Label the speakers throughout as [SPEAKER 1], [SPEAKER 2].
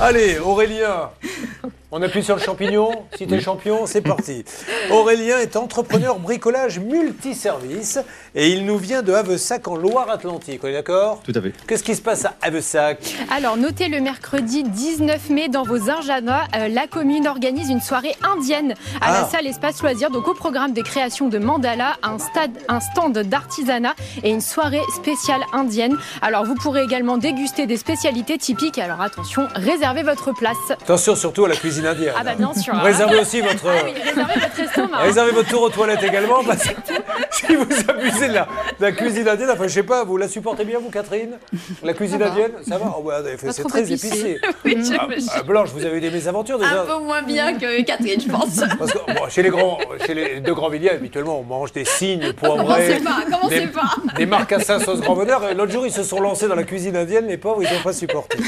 [SPEAKER 1] Allez, Aurélien, on appuie sur le champignon. Si t'es champion, c'est parti. Aurélien est entrepreneur bricolage multiservice et il nous vient de Havesac en Loire-Atlantique. On est d'accord
[SPEAKER 2] Tout à fait.
[SPEAKER 1] Qu'est-ce qui se passe à Havesac
[SPEAKER 3] Alors, notez le mercredi 19 mai dans vos agendas, euh, la commune organise une soirée indienne à
[SPEAKER 1] Ah.
[SPEAKER 3] la salle Espace Loisirs. Donc, au programme des créations de mandala, un, stade, un stand d'artisanat et une soirée spéciale indienne. Alors, vous pourrez également déguster des spécialités typiques. Alors, attention, réservez votre place.
[SPEAKER 1] Attention surtout à la cuisine indienne.
[SPEAKER 3] Ah, bah, bien sûr. hein.
[SPEAKER 1] Réservez aussi votre...
[SPEAKER 3] Ah oui, réservez votre estomac. hein.
[SPEAKER 1] Réservez votre tour aux toilettes également, parce que si vous abusez de la, de la cuisine indienne, enfin je sais pas, vous la supportez bien vous Catherine La cuisine indienne, ça va Oh, bah, C'est
[SPEAKER 4] trop
[SPEAKER 1] très
[SPEAKER 4] épicé.
[SPEAKER 1] épicé.
[SPEAKER 4] Oui,
[SPEAKER 5] Mm.
[SPEAKER 4] je-
[SPEAKER 1] Ah,
[SPEAKER 4] je-
[SPEAKER 1] ah, Blanche, vous avez eu des mésaventures Ah, déjà
[SPEAKER 3] Ah
[SPEAKER 4] un peu moins bien que Catherine, je pense.
[SPEAKER 1] Parce que bon, chez les grands, chez les deux grands villiers, habituellement on mange des cygnes,
[SPEAKER 4] Commencez
[SPEAKER 1] poivrés,
[SPEAKER 4] pas, commencez
[SPEAKER 1] des,
[SPEAKER 4] pas.
[SPEAKER 1] des marcassins sauce grand bonheur. Et L'autre jour ils se sont lancés dans la cuisine indienne, les pauvres ils n'ont pas supporté.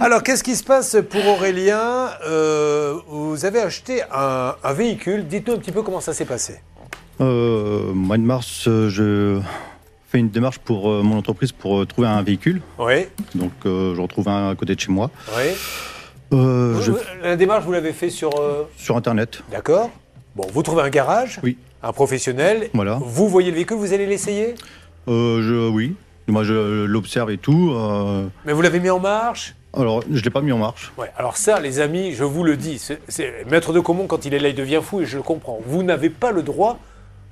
[SPEAKER 1] Alors qu'est-ce qui se passe pour Aurélien Euh, Vous avez acheté un, un véhicule. Dites-nous un petit peu comment ça s'est passé.
[SPEAKER 2] Euh, mois de mars, euh, je fais une démarche pour euh, mon entreprise pour euh, trouver un véhicule.
[SPEAKER 1] Oui,
[SPEAKER 2] Donc, euh, je retrouve un à côté de chez moi.
[SPEAKER 1] oui.
[SPEAKER 2] Euh,
[SPEAKER 1] Vous-
[SPEAKER 2] je-
[SPEAKER 1] vous- La démarche, vous l'avez fait sur. euh,
[SPEAKER 2] Sur Internet.
[SPEAKER 1] D'accord. Bon, vous trouvez un garage,
[SPEAKER 2] Oui.
[SPEAKER 1] un professionnel.
[SPEAKER 2] Voilà.
[SPEAKER 1] Vous voyez le véhicule, vous allez l'essayer.
[SPEAKER 2] Euh, je, oui. Moi, je l'observe et tout. euh,
[SPEAKER 1] Mais vous l'avez mis en marche.
[SPEAKER 2] alors, je ne l'ai pas mis en marche.
[SPEAKER 1] Ouais. Alors ça, les amis, je vous le dis, c'est- c'est- Maître de Comont quand il est là, il devient fou et je le comprends. Vous n'avez pas le droit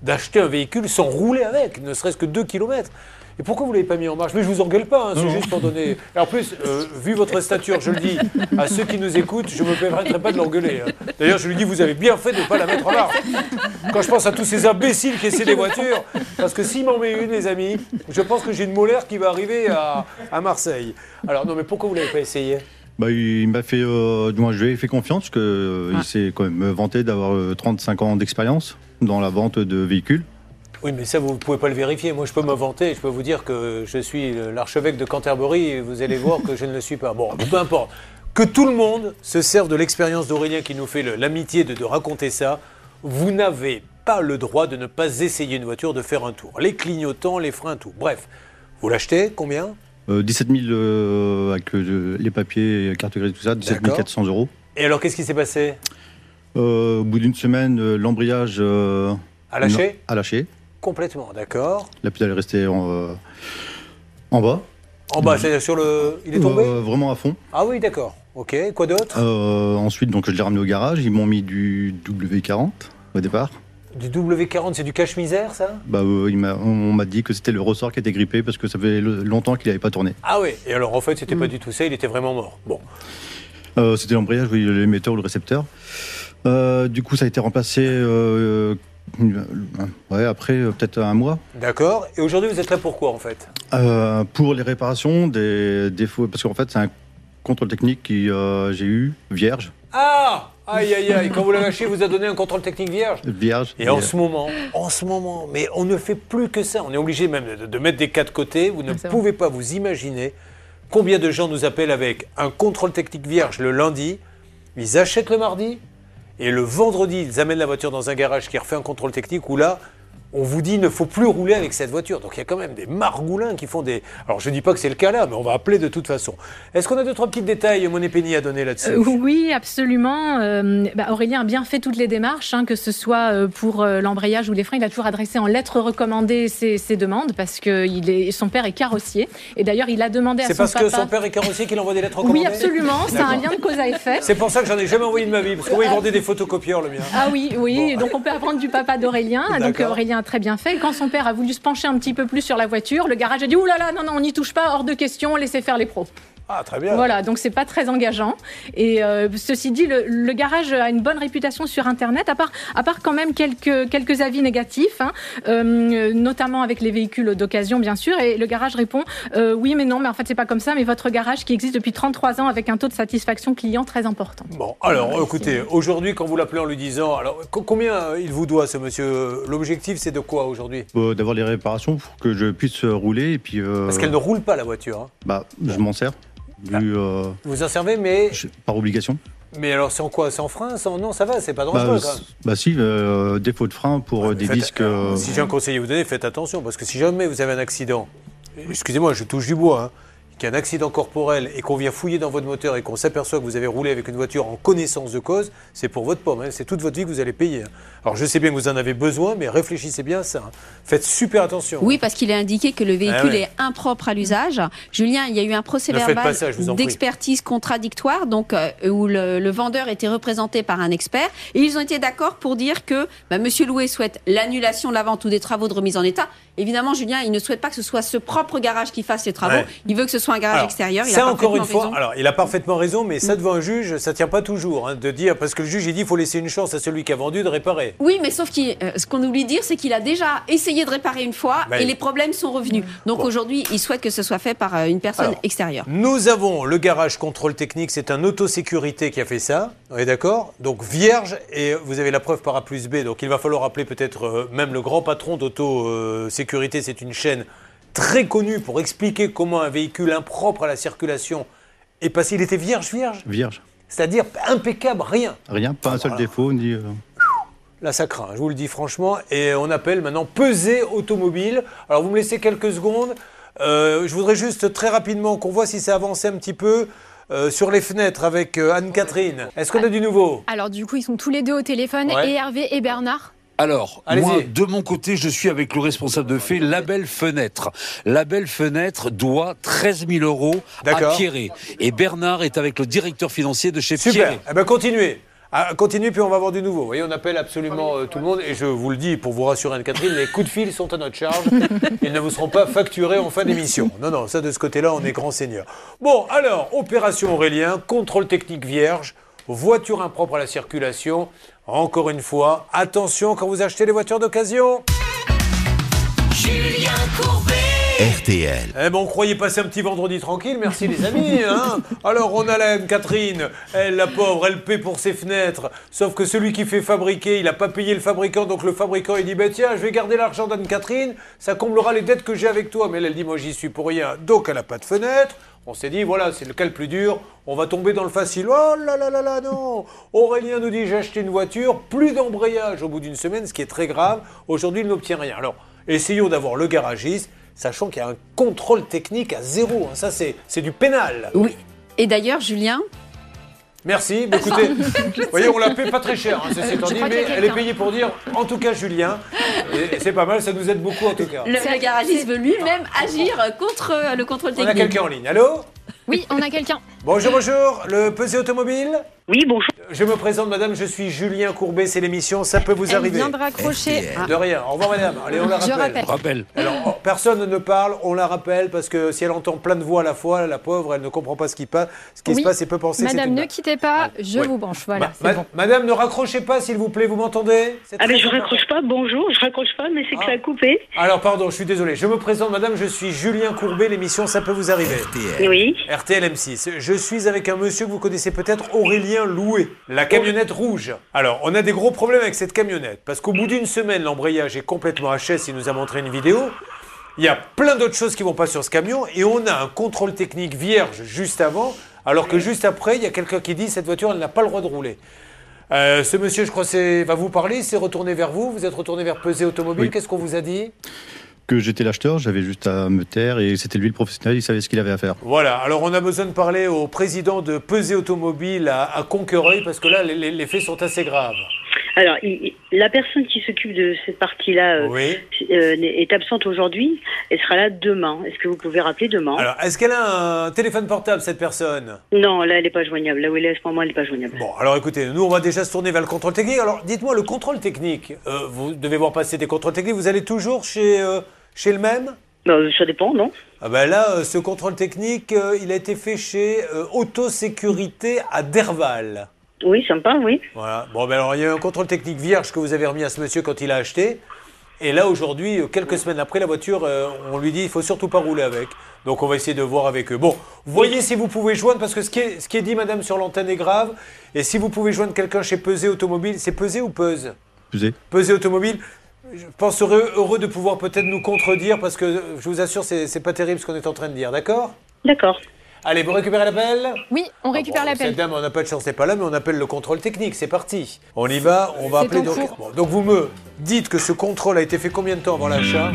[SPEAKER 1] d'acheter un véhicule sans rouler avec, ne serait-ce que 2 km. Et pourquoi vous l'avez pas mis en marche Mais je vous engueule pas, hein, c'est
[SPEAKER 2] Non.
[SPEAKER 1] juste pour donner. Et en plus, euh, vu votre stature, je le dis à ceux qui nous écoutent, je me permettrai pas de l'engueuler. hein. D'ailleurs, je lui dis, vous avez bien fait de ne pas la mettre en marche. Quand je pense à tous ces imbéciles qui essaient des voitures, parce que s'il m'en met une, les amis, je pense que j'ai une molaire qui va arriver à, à Marseille. Alors non, mais pourquoi vous l'avez pas essayé
[SPEAKER 2] Bah, il m'a fait, euh, du moins, je lui ai fait confiance que euh, il s'est quand même vanté d'avoir euh, 35 ans d'expérience dans la vente de véhicules.
[SPEAKER 1] Oui, mais ça, vous ne pouvez pas le vérifier. Moi, je peux m'inventer. Je peux vous dire que je suis l'archevêque de Canterbury et vous allez voir que je ne le suis pas. Bon, peu importe. Que tout le monde se serve de l'expérience d'Aurélien qui nous fait le- l'amitié de, de raconter ça. Vous n'avez pas le droit de ne pas essayer une voiture, de faire un tour. Les clignotants, les freins, tout. Bref, vous l'achetez combien
[SPEAKER 2] Euh, 17 000 euh, avec euh, les papiers, carte grise, tout ça, 17
[SPEAKER 1] D'accord.
[SPEAKER 2] 400 euros.
[SPEAKER 1] Et alors, qu'est-ce qui s'est passé
[SPEAKER 2] Euh, au bout d'une semaine, euh, l'embrayage euh,
[SPEAKER 1] À lâcher
[SPEAKER 2] a lâché.
[SPEAKER 1] Complètement, d'accord.
[SPEAKER 2] La pédale est restée en, euh, en bas.
[SPEAKER 1] En bas, c'est-à-dire sur le. Il est tombé
[SPEAKER 2] Euh, Vraiment à fond.
[SPEAKER 1] Ah oui, d'accord. Ok, quoi d'autre
[SPEAKER 2] Euh, ensuite, donc, je l'ai ramené au garage. Ils m'ont mis du W40 au départ.
[SPEAKER 1] Du W40, c'est du cache-misère, ça
[SPEAKER 2] Bah, euh, il m'a- on on m'a dit que c'était le ressort qui était grippé parce que ça faisait le- longtemps qu'il n'avait pas tourné.
[SPEAKER 1] Ah oui, et alors en fait, c'était pas du tout ça, il était vraiment mort. Bon.
[SPEAKER 2] Euh, c'était l'embrayage, oui, l'émetteur ou le récepteur. Euh, du coup, ça a été remplacé euh, euh, ouais, après euh, peut-être un mois.
[SPEAKER 1] D'accord. Et aujourd'hui, vous êtes là pourquoi en fait
[SPEAKER 2] Euh, pour les réparations des défauts, parce qu'en fait, c'est un contrôle technique que j'ai eu, vierge.
[SPEAKER 1] Ah Aïe, aïe, aïe. Quand vous l'avez acheté, vous a donné un contrôle technique vierge.
[SPEAKER 2] Vierge.
[SPEAKER 1] Et en ce moment, euh, en ce moment, mais on ne fait plus que ça. On est obligé même de, de mettre des cas de côté. Vous ne
[SPEAKER 4] c'est
[SPEAKER 1] pouvez pas vous imaginer combien de gens nous appellent avec un contrôle technique vierge le lundi, ils achètent le mardi, et le vendredi, ils amènent la voiture dans un garage qui refait un contrôle technique où là, on vous dit il ne faut plus rouler avec cette voiture. Donc il y a quand même des margoulins qui font des. Alors je ne dis pas que c'est le cas là, mais on va appeler de toute façon. Est-ce qu'on a deux, trois petits détails, Monet Penny, à donner là-dessus
[SPEAKER 6] Euh, oui, absolument. Euh, bah, Aurélien a bien fait toutes les démarches, hein, que ce soit euh, pour euh, l'embrayage ou les freins. Il a toujours adressé en lettres recommandées ses, ses demandes parce que il est, son père est carrossier. Et d'ailleurs, il a demandé à
[SPEAKER 1] C'est
[SPEAKER 6] son
[SPEAKER 1] parce
[SPEAKER 6] papa.
[SPEAKER 1] que son père est carrossier qu'il envoie des lettres recommandées
[SPEAKER 6] Oui, absolument. C'est un
[SPEAKER 1] D'accord.
[SPEAKER 6] lien de cause à effet.
[SPEAKER 1] C'est pour ça que j'en ai jamais envoyé de ma vie, parce que moi, ils vendaient des photocopieurs, le mien.
[SPEAKER 6] Ah oui, oui.
[SPEAKER 1] Bon.
[SPEAKER 6] Donc on peut apprendre du papa d'Aurélien. Donc
[SPEAKER 1] D'accord.
[SPEAKER 6] Aurélien a très bien fait. Quand son père a voulu se pencher un petit peu plus sur la voiture, le garage a dit Ouh là là, non non, on n'y touche pas, hors de question, laissez faire les pros.
[SPEAKER 1] Ah, très bien.
[SPEAKER 6] Voilà, donc c'est pas très engageant. Et euh, ceci dit, le, le garage a une bonne réputation sur Internet, à part, à part quand même quelques, quelques avis négatifs, hein, euh, notamment avec les véhicules d'occasion, bien sûr. Et le garage répond euh, oui, mais non, mais en fait, c'est pas comme ça. Mais votre garage qui existe depuis 33 ans avec un taux de satisfaction client très important.
[SPEAKER 1] Bon, alors, écoutez, aujourd'hui, quand vous l'appelez en lui disant, alors, co- combien euh, il vous doit, ce monsieur L'objectif, c'est de quoi aujourd'hui
[SPEAKER 2] Euh, D'avoir les réparations pour que je puisse euh, rouler et puis. euh,
[SPEAKER 1] Parce qu'elle Ah. ne roule pas, la voiture. hein.
[SPEAKER 2] bah, je m'en sers. du, euh,
[SPEAKER 1] Vous en servez, mais,
[SPEAKER 2] je- par obligation.
[SPEAKER 1] mais alors, sans quoi Sans frein Sans non, ça va, c'est pas
[SPEAKER 2] Bah,
[SPEAKER 1] dangereux, quand
[SPEAKER 2] c-
[SPEAKER 1] même.
[SPEAKER 2] bah si, euh, défaut de frein pour euh, des
[SPEAKER 1] Faites-
[SPEAKER 2] disques. euh,
[SPEAKER 1] Si j'ai un conseil à vous donner, faites attention, parce que si jamais vous avez un accident, excusez-moi, je touche du bois, hein, qu'il y a un accident corporel et qu'on vient fouiller dans votre moteur et qu'on s'aperçoit que vous avez roulé avec une voiture en connaissance de cause, c'est pour votre pomme. hein. C'est toute votre vie que vous allez payer. hein. Alors je sais bien que vous en avez besoin, mais réfléchissez bien à ça. hein. Faites super attention.
[SPEAKER 5] Oui, parce qu'il est indiqué que le véhicule
[SPEAKER 1] Ah ouais.
[SPEAKER 5] est impropre à l'usage. Julien, il y a eu un procès
[SPEAKER 1] Ne faites pas
[SPEAKER 5] verbal
[SPEAKER 1] ça, je vous en prie.
[SPEAKER 5] d'expertise contradictoire, donc euh, où le, le vendeur était représenté par un expert. Et ils ont été d'accord pour dire que bah, Monsieur Loué souhaite l'annulation de la vente ou des travaux de remise en état. Évidemment, Julien, il ne souhaite pas que ce soit ce propre garage qui fasse les travaux.
[SPEAKER 1] Ouais.
[SPEAKER 5] Il veut que ce soit un garage
[SPEAKER 1] Alors,
[SPEAKER 5] extérieur. Il
[SPEAKER 1] ça,
[SPEAKER 5] a
[SPEAKER 1] encore une
[SPEAKER 5] parfaitement
[SPEAKER 1] fois,
[SPEAKER 5] raison. Mm.
[SPEAKER 1] alors, il a parfaitement raison, mais ça, devant un juge, ça tient pas toujours hein, de dire, parce que le juge, il dit il faut laisser une chance à celui qui a vendu de réparer.
[SPEAKER 5] Oui, mais sauf que ce qu'on oublie de dire, c'est qu'il a déjà essayé de réparer une fois
[SPEAKER 1] Bah,
[SPEAKER 5] et
[SPEAKER 1] il-
[SPEAKER 5] les problèmes sont revenus. Donc
[SPEAKER 1] Bon.
[SPEAKER 5] aujourd'hui, il souhaite que ce soit fait par euh, une personne
[SPEAKER 1] Alors.
[SPEAKER 5] extérieure.
[SPEAKER 1] Nous avons le garage contrôle technique, c'est un auto-sécurité qui a fait ça, on est d'accord Donc vierge, et vous avez la preuve par A plus B, donc il va falloir appeler peut-être euh, même le grand patron d'auto-sécurité, c'est une chaîne très connue pour expliquer comment un véhicule impropre à la circulation est passé. Il était vierge, vierge
[SPEAKER 2] Vierge.
[SPEAKER 1] C'est-à-dire impeccable, rien.
[SPEAKER 2] Rien, pas un seul
[SPEAKER 1] Ah, voilà.
[SPEAKER 2] défaut, ni. euh,
[SPEAKER 1] Là, ça craint, je vous le dis franchement. Et on appelle maintenant Pesée Automobile. Alors, vous me laissez quelques secondes. Euh, je voudrais juste très rapidement qu'on voit si ça avançait un petit peu euh, sur les fenêtres avec euh, Anne-Catherine. Est-ce qu'on a du nouveau
[SPEAKER 3] Alors du coup, ils sont tous les deux au téléphone,
[SPEAKER 1] Ouais.
[SPEAKER 3] et Hervé et Bernard.
[SPEAKER 7] Alors,
[SPEAKER 1] Allez-y.
[SPEAKER 7] moi, de mon côté, je suis avec le responsable de fait, Label Fenêtre. Label Fenêtre doit 13 000 euros
[SPEAKER 1] D'accord.
[SPEAKER 7] à Pierret. Et Bernard est avec le directeur financier de chez
[SPEAKER 1] Super.
[SPEAKER 7] Pierret.
[SPEAKER 1] Eh ben, continuez. Ah, continuez, puis on va avoir du nouveau. Vous voyez, on appelle absolument euh, tout le monde. Et je vous le dis, pour vous rassurer, Anne-Catherine, les coups de fil sont à notre charge. Ils ne vous seront pas facturés en fin d'émission. Non, non, ça, de ce côté-là, on est grand seigneur. Bon, alors, opération Aurélien, contrôle technique vierge, voiture impropre à la circulation. Encore une fois, attention quand vous achetez les voitures d'occasion.
[SPEAKER 8] RTL.
[SPEAKER 1] Eh ben, on croyait passer un petit vendredi tranquille, merci les amis. hein. Alors, on a la Catherine, elle, la pauvre, elle paie pour ses fenêtres. Sauf que celui qui fait fabriquer, il n'a pas payé le fabricant, donc le fabricant, il dit bah, Tiens, je vais garder l'argent d'Anne-Catherine, ça comblera les dettes que j'ai avec toi. Mais elle, elle dit Moi, j'y suis pour rien, donc elle n'a pas de fenêtre. On s'est dit Voilà, c'est lequel le plus dur, on va tomber dans le facile. Oh là là là là, non Aurélien nous dit J'ai acheté une voiture, plus d'embrayage au bout d'une semaine, ce qui est très grave. Aujourd'hui, il n'obtient rien. Alors, essayons d'avoir le garagiste sachant qu'il y a un contrôle technique à zéro. hein. Ça, c'est c'est du pénal.
[SPEAKER 5] Oui. Et d'ailleurs, Julien,
[SPEAKER 1] Merci. mais écoutez, vous voyez, on la paie pas très cher, hein, ceci étant
[SPEAKER 3] Je
[SPEAKER 1] dit,
[SPEAKER 3] crois qu'il y
[SPEAKER 1] mais
[SPEAKER 3] a
[SPEAKER 1] elle est
[SPEAKER 3] quelqu'un.
[SPEAKER 1] payée pour dire, en tout cas, Julien, et c'est pas mal, ça nous aide beaucoup en tout cas.
[SPEAKER 5] le, le garagiste veut lui-même agir euh, contre euh, le contrôle
[SPEAKER 1] On a
[SPEAKER 5] technique.
[SPEAKER 1] quelqu'un en ligne. Allô
[SPEAKER 3] Oui, on a quelqu'un.
[SPEAKER 1] Bonjour, bonjour, le pesé automobile
[SPEAKER 9] Oui, bonjour.
[SPEAKER 1] Je me présente, madame, je suis Julien Courbet, c'est l'émission, ça peut vous
[SPEAKER 3] Elle
[SPEAKER 1] arriver.
[SPEAKER 3] vient de raccrocher. Ah.
[SPEAKER 8] RTL.
[SPEAKER 1] De rien. Au revoir, madame. Allez, on la
[SPEAKER 3] Je
[SPEAKER 1] rappelle.
[SPEAKER 3] rappelle.
[SPEAKER 7] Rappel.
[SPEAKER 1] Alors, oh, personne ne parle, on la rappelle, parce que si elle entend plein de voix à la fois, la pauvre, elle ne comprend pas ce qui, passe, ce qui
[SPEAKER 3] Oui.
[SPEAKER 1] se passe et peut penser que c'est
[SPEAKER 3] Madame,
[SPEAKER 1] une
[SPEAKER 3] ne
[SPEAKER 1] blague.
[SPEAKER 3] quittez pas, je
[SPEAKER 1] Ouais. Bah,
[SPEAKER 3] vous branche. Voilà,
[SPEAKER 1] Ma-
[SPEAKER 3] c'est
[SPEAKER 1] ma-
[SPEAKER 3] bon.
[SPEAKER 1] Madame, ne raccrochez pas, s'il vous plaît, vous m'entendez C'est
[SPEAKER 9] Ah
[SPEAKER 1] très
[SPEAKER 9] ben je
[SPEAKER 1] important.
[SPEAKER 9] raccroche pas, bonjour, je raccroche pas, mais c'est que
[SPEAKER 1] Ah.
[SPEAKER 9] ça a coupé.
[SPEAKER 1] Alors, pardon, je suis désolé. Je me présente, madame, je suis Julien Courbet, l'émission Ça peut vous arriver.
[SPEAKER 8] RTL.
[SPEAKER 9] Oui,
[SPEAKER 1] RTLM6. Je suis avec un monsieur que vous connaissez peut-être, Aurélien Loué, la camionnette rouge. Alors, on a des gros problèmes avec cette camionnette, parce qu'au bout d'une semaine, l'embrayage est complètement HS, il nous a montré une vidéo. Il y a plein d'autres choses qui vont pas sur ce camion, et on a un contrôle technique vierge juste avant, alors que juste après, il y a quelqu'un qui dit cette voiture, elle n'a pas le droit de rouler. Euh, ce monsieur, je crois, c'est- va vous parler, il s'est retourné vers vous, vous êtes retourné vers Pesé Automobile,
[SPEAKER 2] Oui.
[SPEAKER 1] qu'est-ce qu'on vous a dit
[SPEAKER 2] Que j'étais l'acheteur, j'avais juste à me taire et c'était lui le professionnel, il savait ce qu'il avait à faire.
[SPEAKER 1] Voilà, alors on a besoin de parler au président de Pesée Automobile à, à Conquereuil parce que là, les, les- les faits sont assez graves.
[SPEAKER 9] alors il- il- la personne qui s'occupe de cette partie-là euh,
[SPEAKER 1] Oui.
[SPEAKER 9] euh, n'est- est absente aujourd'hui, elle sera là demain. Est-ce que vous pouvez rappeler demain
[SPEAKER 1] Alors, est-ce qu'elle a un téléphone portable, cette personne
[SPEAKER 9] Non, là elle n'est pas joignable, là où elle est à ce moment elle n'est pas joignable.
[SPEAKER 1] Bon, alors écoutez, nous, on va déjà se tourner vers le contrôle technique. Alors, dites-moi, le contrôle technique, euh, vous devez voir passer des contrôles techniques, vous allez toujours chez, euh, chez le même
[SPEAKER 9] Bah, euh, ça dépend, non
[SPEAKER 1] ah ben là, euh, ce contrôle technique, euh, il a été fait chez euh, Autosécurité à Derval.
[SPEAKER 9] Oui, ça me parle, oui.
[SPEAKER 1] Voilà. Bon, ben alors, il y a eu un contrôle technique vierge que vous avez remis à ce monsieur quand il a acheté. Et là, aujourd'hui, euh, quelques semaines après, la voiture, euh, on lui dit il faut surtout pas rouler avec. Donc, on va essayer de voir avec eux. Bon, voyez si vous pouvez joindre, parce que ce qui est, ce qui est dit, madame, sur l'antenne est grave. Et si vous pouvez joindre quelqu'un chez Pesé Automobile, c'est Pesé ou Pese
[SPEAKER 2] Excusez.
[SPEAKER 1] Pesé Automobile, je pense heureux, heureux de pouvoir peut-être nous contredire, parce que euh, je vous assure, c'est c'est pas terrible ce qu'on est en train de dire, d'accord
[SPEAKER 9] D'accord.
[SPEAKER 1] Allez, vous récupérez l'appel
[SPEAKER 3] Oui, on récupère
[SPEAKER 1] ah bon, Cette
[SPEAKER 3] l'appel.
[SPEAKER 1] dame, on n'a pas de chance, n'est pas là, mais on appelle le contrôle technique. C'est parti. On y va, on va
[SPEAKER 3] C'est
[SPEAKER 1] appeler.
[SPEAKER 3] en
[SPEAKER 1] Donc,
[SPEAKER 3] cours.
[SPEAKER 1] Bon, donc vous me dites que ce contrôle a été fait combien de temps avant l'achat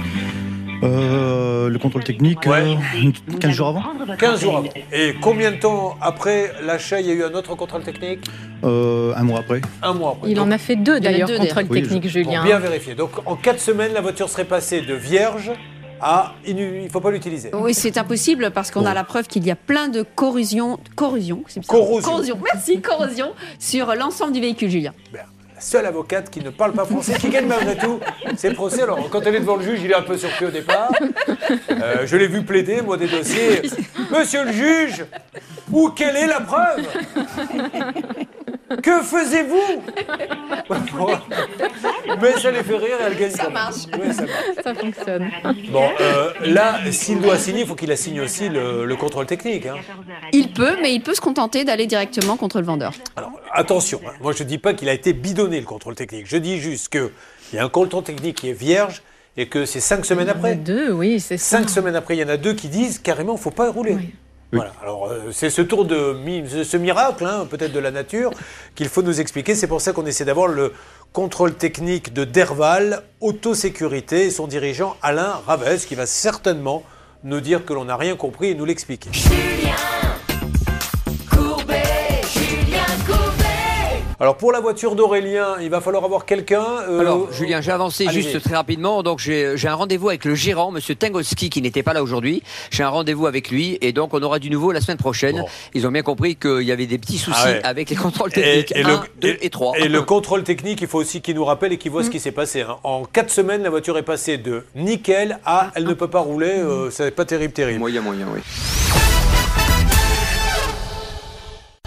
[SPEAKER 2] Euh, euh, le contrôle technique
[SPEAKER 1] Ouais.
[SPEAKER 2] euh, 15 jours avant
[SPEAKER 1] 15 jours avant. Et combien de temps après l'achat, il y a eu un autre contrôle technique
[SPEAKER 2] Euh, Un mois après.
[SPEAKER 1] Un mois après.
[SPEAKER 6] Il
[SPEAKER 1] Donc,
[SPEAKER 6] en a fait deux d'ailleurs,
[SPEAKER 5] deux,
[SPEAKER 6] contrôle
[SPEAKER 2] d'ailleurs. Oui,
[SPEAKER 6] technique,
[SPEAKER 1] pour
[SPEAKER 6] Julien.
[SPEAKER 1] bien vérifier. Donc en 4 semaines, la voiture serait passée de vierge à inu- il ne faut pas l'utiliser.
[SPEAKER 5] Oui, c'est impossible parce qu'on a la preuve qu'il y a plein de corrosion, corrosion, c'est bizarre.
[SPEAKER 1] Corrosion.
[SPEAKER 5] corrosion. Merci, corrosion sur l'ensemble du véhicule, Julien.
[SPEAKER 1] La seule avocate qui ne parle pas français, qui gagne malgré tout ses procès. Alors, quand elle est devant le juge, il est un peu surpris au départ. Euh, je l'ai vu plaider, moi, des dossiers. Monsieur le juge, où quelle est la preuve Que faisiez-vous Mais ça les fait rire et elle gagne. Ça marche. ça marche.
[SPEAKER 6] Ça fonctionne.
[SPEAKER 1] Bon, euh, là, s'il doit signer, il faut qu'il assigne aussi le, le contrôle technique. hein.
[SPEAKER 5] Il peut, mais il peut se contenter d'aller directement contre le vendeur.
[SPEAKER 1] Alors, attention, hein, moi je ne dis pas qu'il a été bidonné le contrôle technique. Je dis juste qu'il y a un contrôle technique qui est vierge et que c'est cinq semaines après.
[SPEAKER 6] Deux, oui, c'est ça.
[SPEAKER 1] Cinq semaines après, il y en a deux qui disent carrément, faut pas rouler. Voilà. Alors, euh, c'est ce tour de mi- ce- ce miracle, hein, peut-être de la nature, qu'il faut nous expliquer. C'est pour ça qu'on essaie d'avoir le contrôle technique de Derval, Autosécurité, et son dirigeant Alain Ravez, qui va certainement nous dire que l'on n'a rien compris et nous l'expliquer. Alors, pour la voiture d'Aurélien, il va falloir avoir quelqu'un. euh,
[SPEAKER 10] Alors, Julien, j'ai avancé
[SPEAKER 1] allez-y.
[SPEAKER 10] juste très rapidement. Donc, j'ai j'ai un rendez-vous avec le gérant, Monsieur Tengolski, qui n'était pas là aujourd'hui. J'ai un rendez-vous avec lui, et donc on aura du nouveau la semaine prochaine.
[SPEAKER 1] Bon.
[SPEAKER 10] Ils ont bien compris qu'il y avait des petits soucis
[SPEAKER 1] Ah ouais.
[SPEAKER 10] avec les contrôles techniques
[SPEAKER 1] Et- et
[SPEAKER 10] 1,
[SPEAKER 1] le-
[SPEAKER 10] 2 et, 3.
[SPEAKER 1] Et le contrôle technique, il faut aussi qu'il nous rappelle et qu'il voit ce qui s'est passé. hein. En quatre semaines, la voiture est passée de nickel à elle ne peut pas rouler, euh, c'est pas terrible, terrible.
[SPEAKER 10] Moyen, moyen, oui.